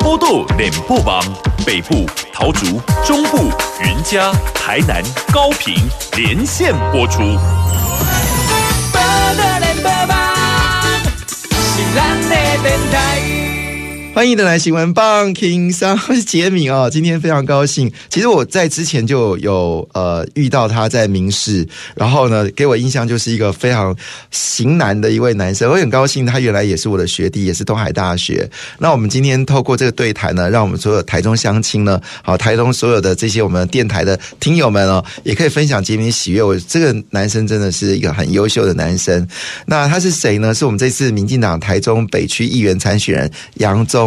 波豆脸部王，北部、桃竹、中部、云嘉、台南、高平连线播出。报道联播网是咱的电台。欢迎的来新闻棒 King 三， 我是杰敏哦。今天非常高兴，其实我在之前就有呃遇到他在明视，然后呢，给我印象就是一个非常型男的一位男生，我很高兴他原来也是我的学弟，也是东海大学。那我们今天透过这个对谈呢，让我们所有台中乡亲呢，好，台中所有的这些我们电台的听友们哦，也可以分享杰敏喜悦。我这个男生真的是一个很优秀的男生。那他是谁呢？是我们这次民进党台中北区议员参选人杨总理。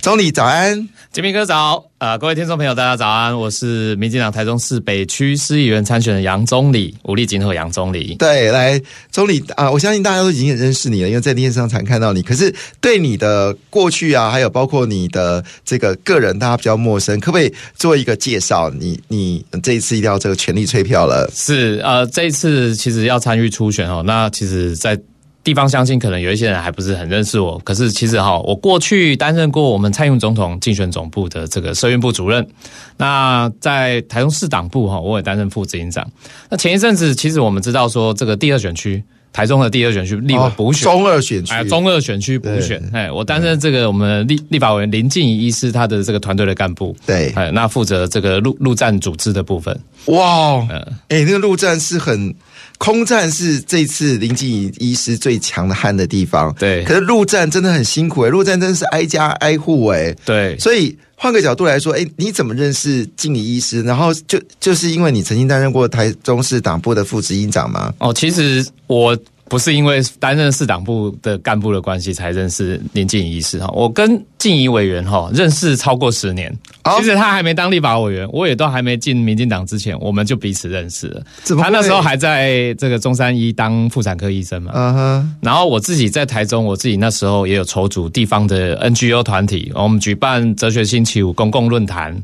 总理早安。杰明哥早，呃，各位听众朋友，大家早安，我是民进党台中市北区市议员参选人杨宗理，吴立锦和杨宗理。对，来，总理啊、我相信大家都已经很认识你了，因为在电视上常看到你。可是对你的过去啊，还有包括你的这个个人，大家比较陌生，可不可以做一个介绍？你你这一次一定要这个全力吹票了。是，呃，这一次其实要参与初选哦，那其实，在地方相信可能有一些人还不是很认识我，可是其实哈，我过去担任过我们蔡英文总统竞选总部的这个社运部主任，那在台中市党部哈，我也担任副执行长。那前一阵子，其实我们知道说，这个第二选区，台中的第二选区立委补选、哦中二选区，哎，中二选区补选，哎，我担任这个我们立立法委员林静怡医师他的这个团队的干部，对哎，那负责这个陆陆战组织的部分，哇哦，呃哎、那个陆战是很，空战是这次林静怡医师最强的悍的地方。对可是陆战真的很辛苦哎、陆战真的是挨家挨户哎、对，所以换个角度来说，哎、你怎么认识静怡医师？然后就就是因为你曾经担任过台中市党部的副执行长吗？哦，其实我不是因为担任市党部的干部的关系才认识林静怡医师哈，我跟静怡委员哈认识超过十年，哦其实他还没当立法委员，我也都还没进民进党之前，我们就彼此认识了。怎么他会那时候还在这个中山医当妇产科医生嘛？嗯哼，然后我自己在台中，我自己那时候也有筹组地方的 NGO 团体，我们举办哲学星期五公共论坛。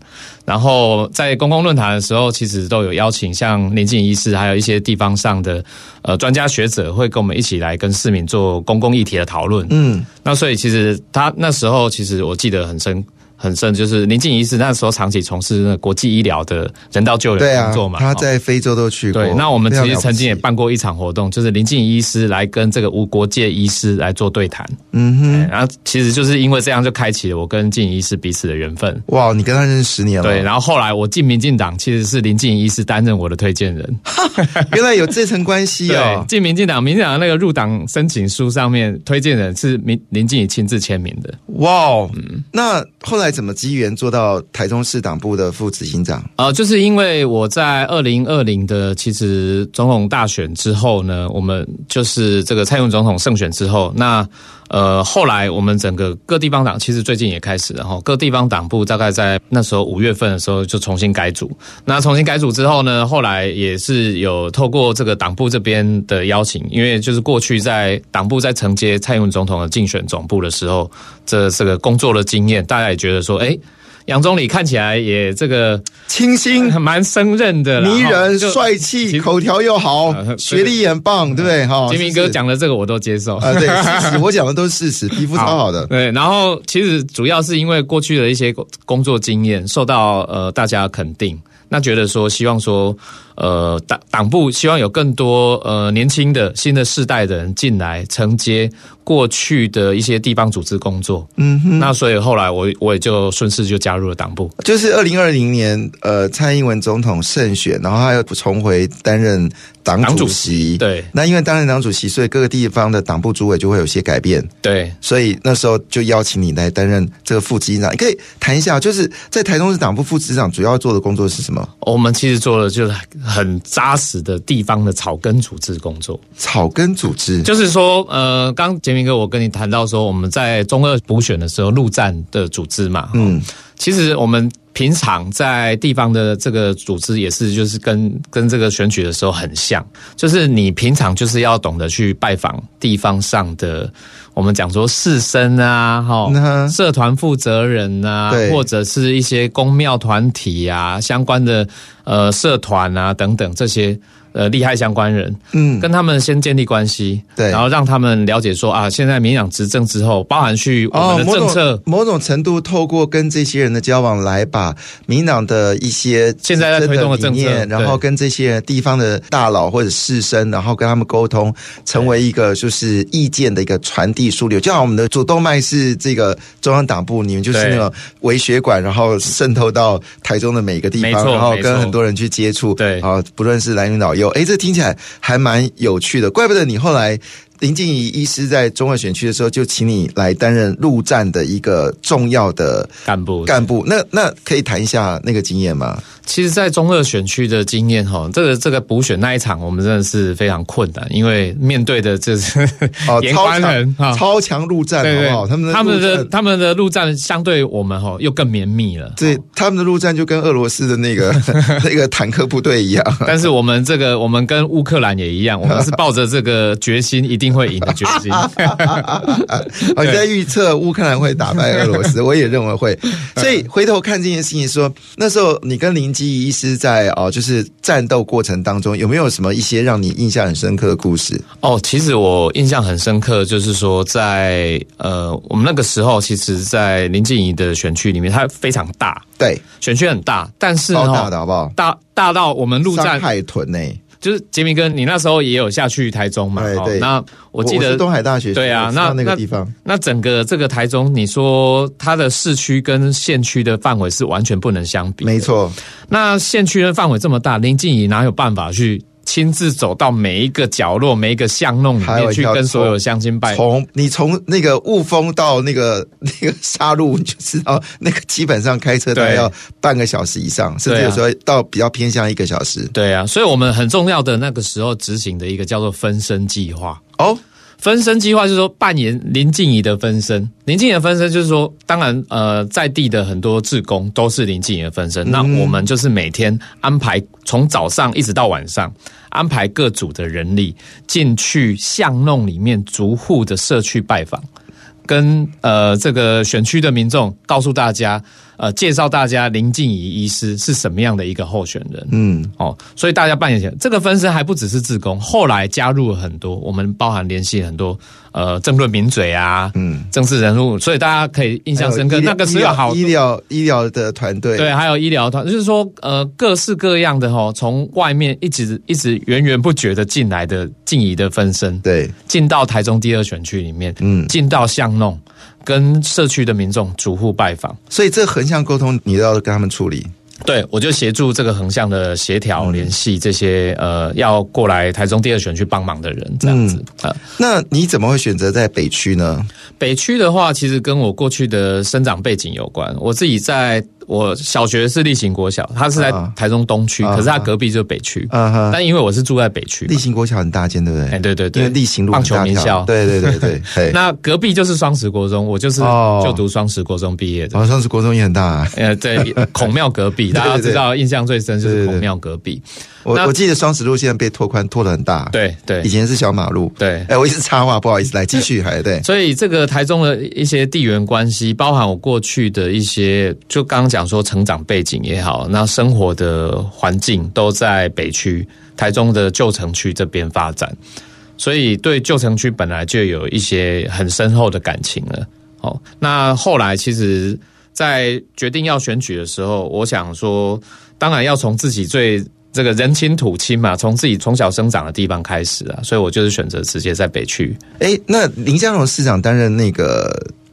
然后在公共论坛的时候，其实都有邀请像林静怡医师，还有一些地方上的呃专家学者，会跟我们一起来跟市民做公共议题的讨论。嗯，那所以其实他那时候，其实我记得很深很深，就是林静怡医师那时候长期从事那个国际医疗的人道救对援啊工作，嘛，他哦在非洲都去过。对，那我们其非常实了不曾经也起，办过一场活动，就是林静怡医师来跟这个无国界医师来做对谈。嗯哼，嗯，然后其实就是因为这样，就开启了我跟静怡医师彼此的缘分。哇，你跟他认识十年了，对，然后后来我进民进党，其实是林静怡医师担任我的推荐 人。原来有这层关系对哦，。进民进党，民进党那个入党申请书上面推荐人是林林静怡亲自签名的。哇哦，嗯那后来怎么机缘做到台中市党部的副执行长？呃，就是因为我在二零二零的其实总统大选之后呢，我们就是这个蔡英文总统胜选之后，那呃后来我们整个各地方党其实最近也开始了哈，然后各地方党部大概在那时候五月份的时候就重新改组。那重新改组之后呢，后来也是有透过这个党部这边的邀请，因为就是过去在党部在承接蔡英文总统的竞选总部的时候，这这个工作的经验，大家也觉得说，哎。杨总理看起来也这个清新、 蛮胜任的啦，迷人、就帅其气，实口条又好呃，对学历也很棒，对不对？哈，金明就哥哦是讲的这个我都接受。呃，对，事实我讲的都是事实，皮肤超好的。对，然后其实主要是因为过去的一些工工作经验受到呃大家肯定，那觉得说希望说呃党党部希望有更多呃年轻的新的世代的人进来承接过去的一些地方组织工作，嗯哼，那所以后来我我也就顺势就加入了党部，就是二零二零年，呃，蔡英文总统胜选，然后他又重回担任党党主主席。对那因为担任党主席，所以各个地方的党部主委就会有些改变，对。所以那时候就邀请你来担任这个副执行长。你可以谈一下，就是在台中市党部副执行长主要做的工作是什么？我们其实做了就是很扎实的地方的草根组织工作，草根组织。就是说，呃，刚杰明哥，我跟你谈到说，我们在中二补选的时候，陆战的组织嘛，嗯，其实我们平常在地方的这个组织也是，就是跟跟这个选举的时候很像，就是你平常就是要懂得去拜访地方上的，我们讲说士绅啊，哈、嗯哼社团负责人啊对，或者是一些公庙团体啊，相关的呃社团啊等等这些。呃利害相关人，嗯，跟他们先建立关系，对然后让他们了解说啊，现在民进党执政之后，包含去我们的哦某政策。种某种程度透过跟这些人的交往来把民进党的一些现在在推动的政策理念对然后跟这些地方的大佬或者士绅，然后跟他们沟通，成为一个就是意见的一个传递枢纽。就好像我们的主动脉是这个中央党部，你们就是对那种微血管，然后渗透到台中的每个地没方，错然后没错跟很多人去接触。对啊，不论是蓝云老幼，哎，这听起来还蛮有趣的，怪不得你后来。林静怡医师在中二选区的时候，就请你来担任陆战的一个重要的干部干部。那那可以谈一下那个经验吗？其实，在中二选区的经验哈，这个这个补选那一场，我们真的是非常困难，因为面对的这是 严超官人强哦超强陆战，对好对，不好？他们的他们陆的战他们的陆战相对我们哈又更绵密了。对他们的陆战就跟俄罗斯的那个 那个坦克部队一样。 但是我们这个，我们跟乌克兰也一样，我们是抱着这个决心一定会赢的决 心。啊，你在预测乌克兰会打败俄罗斯，我也认 为会。所以回头看这件事情说，那时候你跟林基医师在哦，就是战斗过程当中，有没有什么一些让你印象很深刻的故事？哦，其实我印象很深刻，就是说在呃，我们那个时候，其实，在林静怡的选区里面，它非常大，对，选区很大，但是超哈哦大的好不好？大大到我们陆上战海豚欸呢、就是杰明哥，你那时候也有下去台中嘛？哎哦对那我记我得是东海大学，对啊我知那道那个那地方那整个这个台中，你说它的市区跟县区的范围是完全不能相比。没。错，那县区的范围这么大，林静怡哪有办法去亲自走到每一个角落、每一个巷弄里还有面去要跟从所有乡亲拜？从你从那个雾峰到那个那个沙路，你就知道那个基本上开车大概对要半个小时以上，甚至对啊有时候到比较偏向一个小时。对啊，所以我们很重要的那个时候执行的一个叫做分身计划。哦，分身计划就是说扮演林静怡的分身，林静怡的分身就是说，当然呃，在地的很多志工都是林静怡的分身，那我们就是每天安排从早上一直到晚上，安排各组的人力进去巷弄里面逐户的社区拜访。跟呃这个选区的民众告诉大家，呃，介绍大家林静怡医师是什么样的一个候选人。嗯，哦，所以大家扮演起来，这个分身还不只是自工，后来加入了很多，我们包含联系很多呃政论名嘴啊，嗯，政治人物，所以大家可以印象深刻。还有医那疗个时候好医疗医疗的团队，对，还有医疗团，就是说，呃，各式各样的哈，从外面一直一直源源不绝的进来的静怡的分身，对进到台中第二选区里面，嗯嗯，进到巷弄，跟社区的民众逐户拜访。所以这横向沟通你都要跟他们处理。对，我就协助这个横向的协调、联系这些呃要过来台中第二选区帮忙的人，这样子。嗯呃，那你怎么会选择在北区呢？北区的话，其实跟我过去的生长背景有关。我自己在我小学是立行国小，它是在啊台中东区，啊可是它隔壁就是北区。嗯哼，但因为我是住在北区嘛立，行国小很大间，对不对？哎，对对因对，为立行路棒很球大名条校，对对对 对。嘿那隔壁就是双十国中，我就是哦就读双十国中毕业的。然后上哦次国中也很大、啊，呃，对，孔庙隔 壁，大家知道，印象最深就是孔庙隔壁。我那我记得双十路现在被拓宽拓得很大，，对对以对前是小马路。哎，我一直插话，不好意思，来继续，还对，所以这个台中的一些地缘关系，包含我过去的一些，就刚刚讲说成长背景也好，那生活的环境都在北区、台中的旧城区这边发展，所以对旧城区本来就有一些很深厚的感情了。哦，那后来其实，在决定要选举的时候，我想说，当然要从自己最这个人亲土亲嘛，从自己从小生长的地方开始啊，所以我就是选择直接在北区。哎，那林佳龙市长担任那个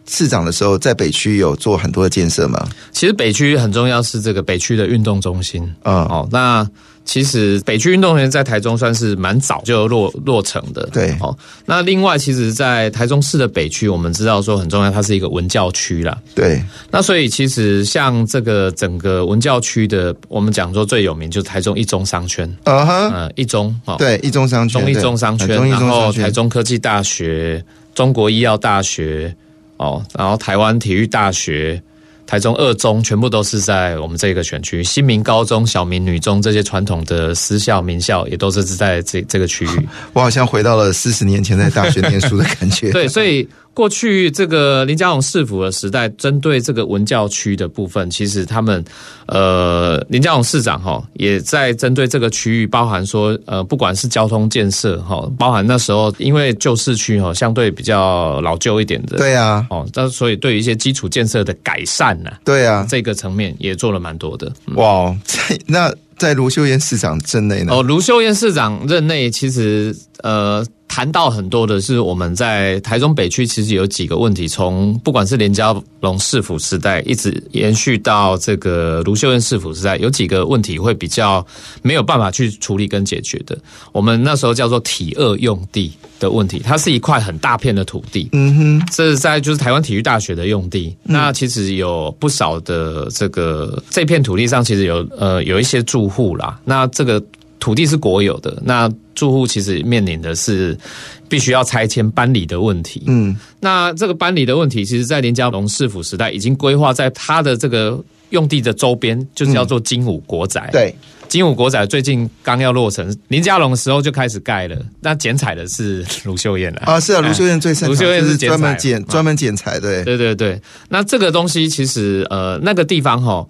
市长的时候，在北区有做很多的建设吗？其实北区很重要是这个北区的运动中心。嗯，哦，那其实北区运动员在台中算是蛮早就落落成的。对哦，那另外其实，在台中市的北区，我们知道说很重要，它是一个文教区啦。对，那所以其实像这个整个文教区的，我们讲说最有名就是台中一中商圈，啊哈，嗯、一中哦，对，一中商圈，中一对中商哎圈，中一然中后商台圈，中科技大学、中国医药大学，哦，然后台湾体育大学、台中二中，全部都是在我们这个选区。新民高中、小民女中这些传统的私校、名校，也都是在这这个区域。我好像回到了四十年前在大学念书的感 觉。对，所以过去这个林佳龙市府的时代，针对这个文教区的部分，其实他们呃林佳龙市长哈、也在针对这个区域，包含说呃不管是交通建设哈、包含那时候因为旧市区哈、相对比较老旧一点的，对啊，哦，但所以对于一些基础建设的改善呢、对啊，这个层面也做了蛮多的。嗯哇哦，在那在卢秀燕市长镇内呢，哦，卢秀燕市长任内其实呃谈到很多的是我们在台中北区其实有几个问题，从不管是连家龙市府时代一直延续到这个卢秀燕市府时代，有几个问题会比较没有办法去处理跟解决的。我们那时候叫做体二用地的问题，它是一块很大片的土地，嗯哼，嗯这是在就是台湾体育大学的用地，那其实有不少的这个这片土地上其实有呃有一些住户啦，那这个土地是国有的，那住户其实面临的是必须要拆迁搬离的问题。嗯，那这个搬离的问题，其实在林佳龙市府时代已经规划在它的这个用地的周边，就是叫做金武国宅。嗯对，金武国宅最近刚要落成，林佳龙的时候就开始盖了，那剪彩的是卢秀燕啦。啊，是啊，卢秀燕最擅哎长卢秀燕就是是剪专门裁剪嘛专门剪裁，对，对对对，那这个东西其实呃，那个地方哈，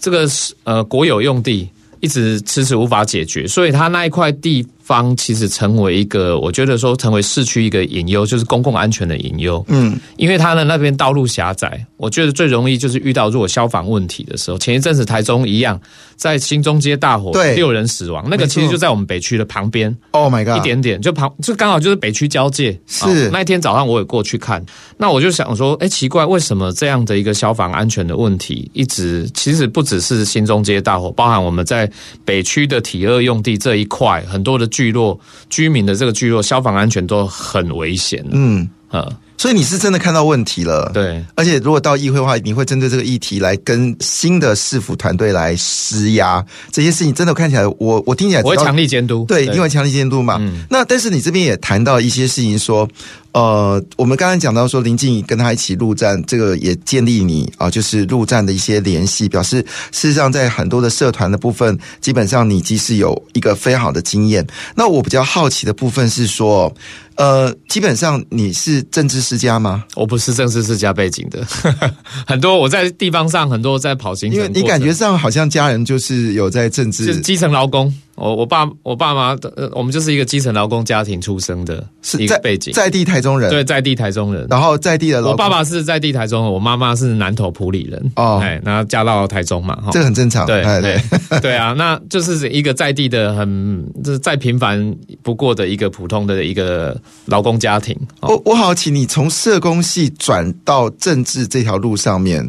这个是呃国有用地一直迟迟无法解决，所以它那一块地方其实成为一个，我觉得说成为市区一个隐忧，就是公共安全的隐忧。嗯，因为它的那边道路狭窄，我觉得最容易就是遇到如果消防问题的时候，前一阵子台中一样，在新中街大火，对六人死亡，那个没错其实就在我们北区的旁边。 ，Oh my God，一点点，就旁就刚好就是北区交界。是哦那一天早上我也过去看，那我就想说，哎，奇怪，为什么这样的一个消防安全的问题，一直其实不只是新中街大火，包含我们在北区的体二用地这一块，很多的聚落居民的这个聚落，消防安全都很危险。嗯嗯，哎所以你是真的看到问题了，。对。而且，如果到议会的话，你会针对这个议题来跟新的市府团队来施压，这些事情真的看起来，我我听起来我会知道强力监督，对，因为强力监督嘛。嗯那但是你这边也谈到一些事情说。呃，我们刚刚讲到说林静怡跟他一起陆战，这个也建立你啊、就是陆战的一些联系，表示事实上在很多的社团的部分，基本上你即使有一个非常好的经验。那我比较好奇的部分是说，呃，基本上你是政治世家吗？我不是正式世家背景的， 很多我在地方上很多在跑行程过因为程，你感觉上好像家人就是有在政就治是基层劳工。我我爸我爸妈，呃，我们就是一个基层劳工家庭出生的，是一个在背景，在地台中人，对，在地台中人。然后在地的老我爸爸是在地台中人，我妈妈是南投埔里人，哦哎，然后嫁到台中嘛，哈这个很正常，对哎对，对对啊，那就是一个在地的很，就是再平凡不过的一个普通的一个劳工家庭。哦我我好奇，你从社工系转到政治这条路上面，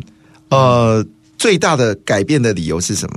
呃，最大的改变的理由是什么？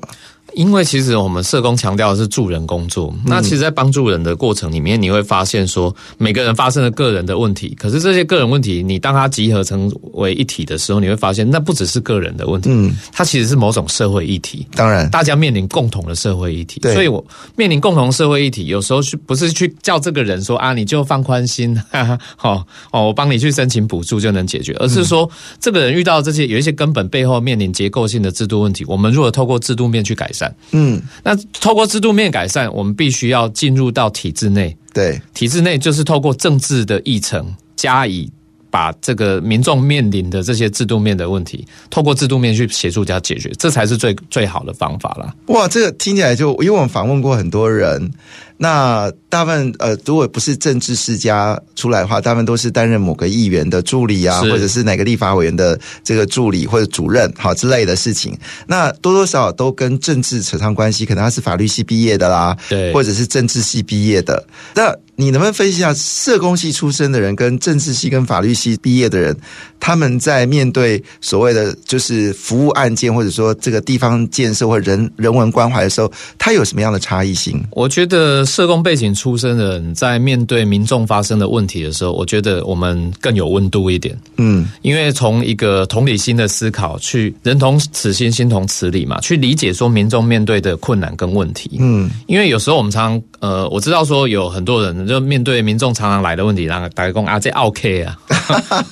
因为其实我们社工强调的是助人工作，嗯那其实，在帮助人的过程里面，你会发现说，每个人发生了个人的问题，可是这些个人问题，你当它集合成为一体的时候，你会发现，那不只是个人的问题，嗯，它其实是某种社会议题。当然，大家面临共同的社会议题，对所以我面临共同社会议题，有时候去不是去叫这个人说啊，你就放宽心，哈 哈，哦哦，我帮你去申请补助就能解嗯决，而是说、这个人遇到这些有一些根本背后面临结构性的制度问题，我们如何透过制度面去改善？嗯，那透过制度面改善，我们必须要进入到体制内，对，体制内就是透过政治的议程加以。把这个民众面临的这些制度面的问题，透过制度面去协助他解决，这才是最最好的方法啦。哇，这个听起来就，因为我们访问过很多人，那大部分呃，如果不是政治世家出来的话，大部分都是担任某个议员的助理啊，是或者是哪个立法委员的这个助理或者主任好之类的事情。那多多少少都跟政治扯上关系，可能他是法律系毕业的啦，对或者是政治系毕业的。那你能不能分析一下社工系出身的人跟政治系跟法律系毕业的人，他们在面对所谓的就是服务案件，或者说这个地方建设或人人文关怀的时候，它有什么样的差异性？我觉得社工背景出身的人在面对民众发生的问题的时候，我觉得我们更有温度一点，嗯，因为从一个同理心的思考去人同此心，心同此理嘛，去理解说民众面对的困难跟问题。嗯，因为有时候我们常常呃，我知道说有很多人就面对民众常常来的问题，然后打工啊，这 OK 啊，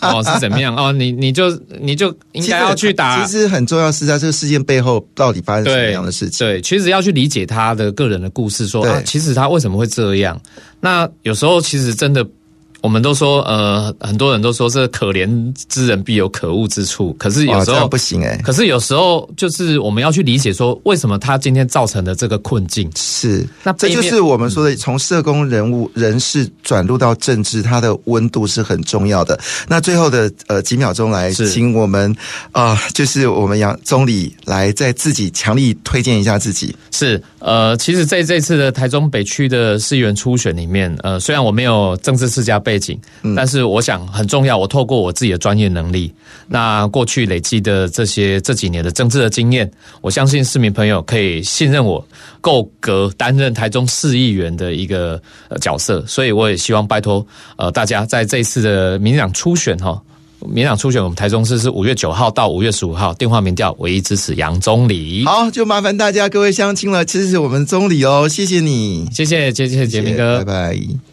哦是怎么样哦，你你就你就应该要去打其实很重要是在这个事件背后到底发生什么样的事情？对，其实要去理解他的个人的故事说，对啊，其实他为什么会这样？那有时候其实真的。我们都说，呃，很多人都说这可怜之人必有可恶之处，可是有哇，时这候样不行哎、可是有时候就是我们要去理解说，为什么他今天造成的这个困境，是，那这背就面嗯是我们说的，从社工人物人事转入到政治，它的温度是很重要的。那最后的呃几秒钟来，是请我们啊、就是我们杨总理来再自己强力推荐一下自己。是呃，其实在这次的台中北区的市议员初选里面，呃，虽然我没有政治世家背景，但是我想很重要。我透过我自己的专业能力，那过去累积的这些这几年的政治的经验，我相信市民朋友可以信任我，够格担任台中市议员的一个呃角色。所以我也希望拜托呃大家在这一次的民进党初选哈、民进党初选，我们台中市是五月九号到五月十五号，电话民调唯一支持杨宗理。好，就麻烦大家各位乡亲了，支持我们总理哦，谢谢你，谢谢，谢谢杰明哥，拜拜。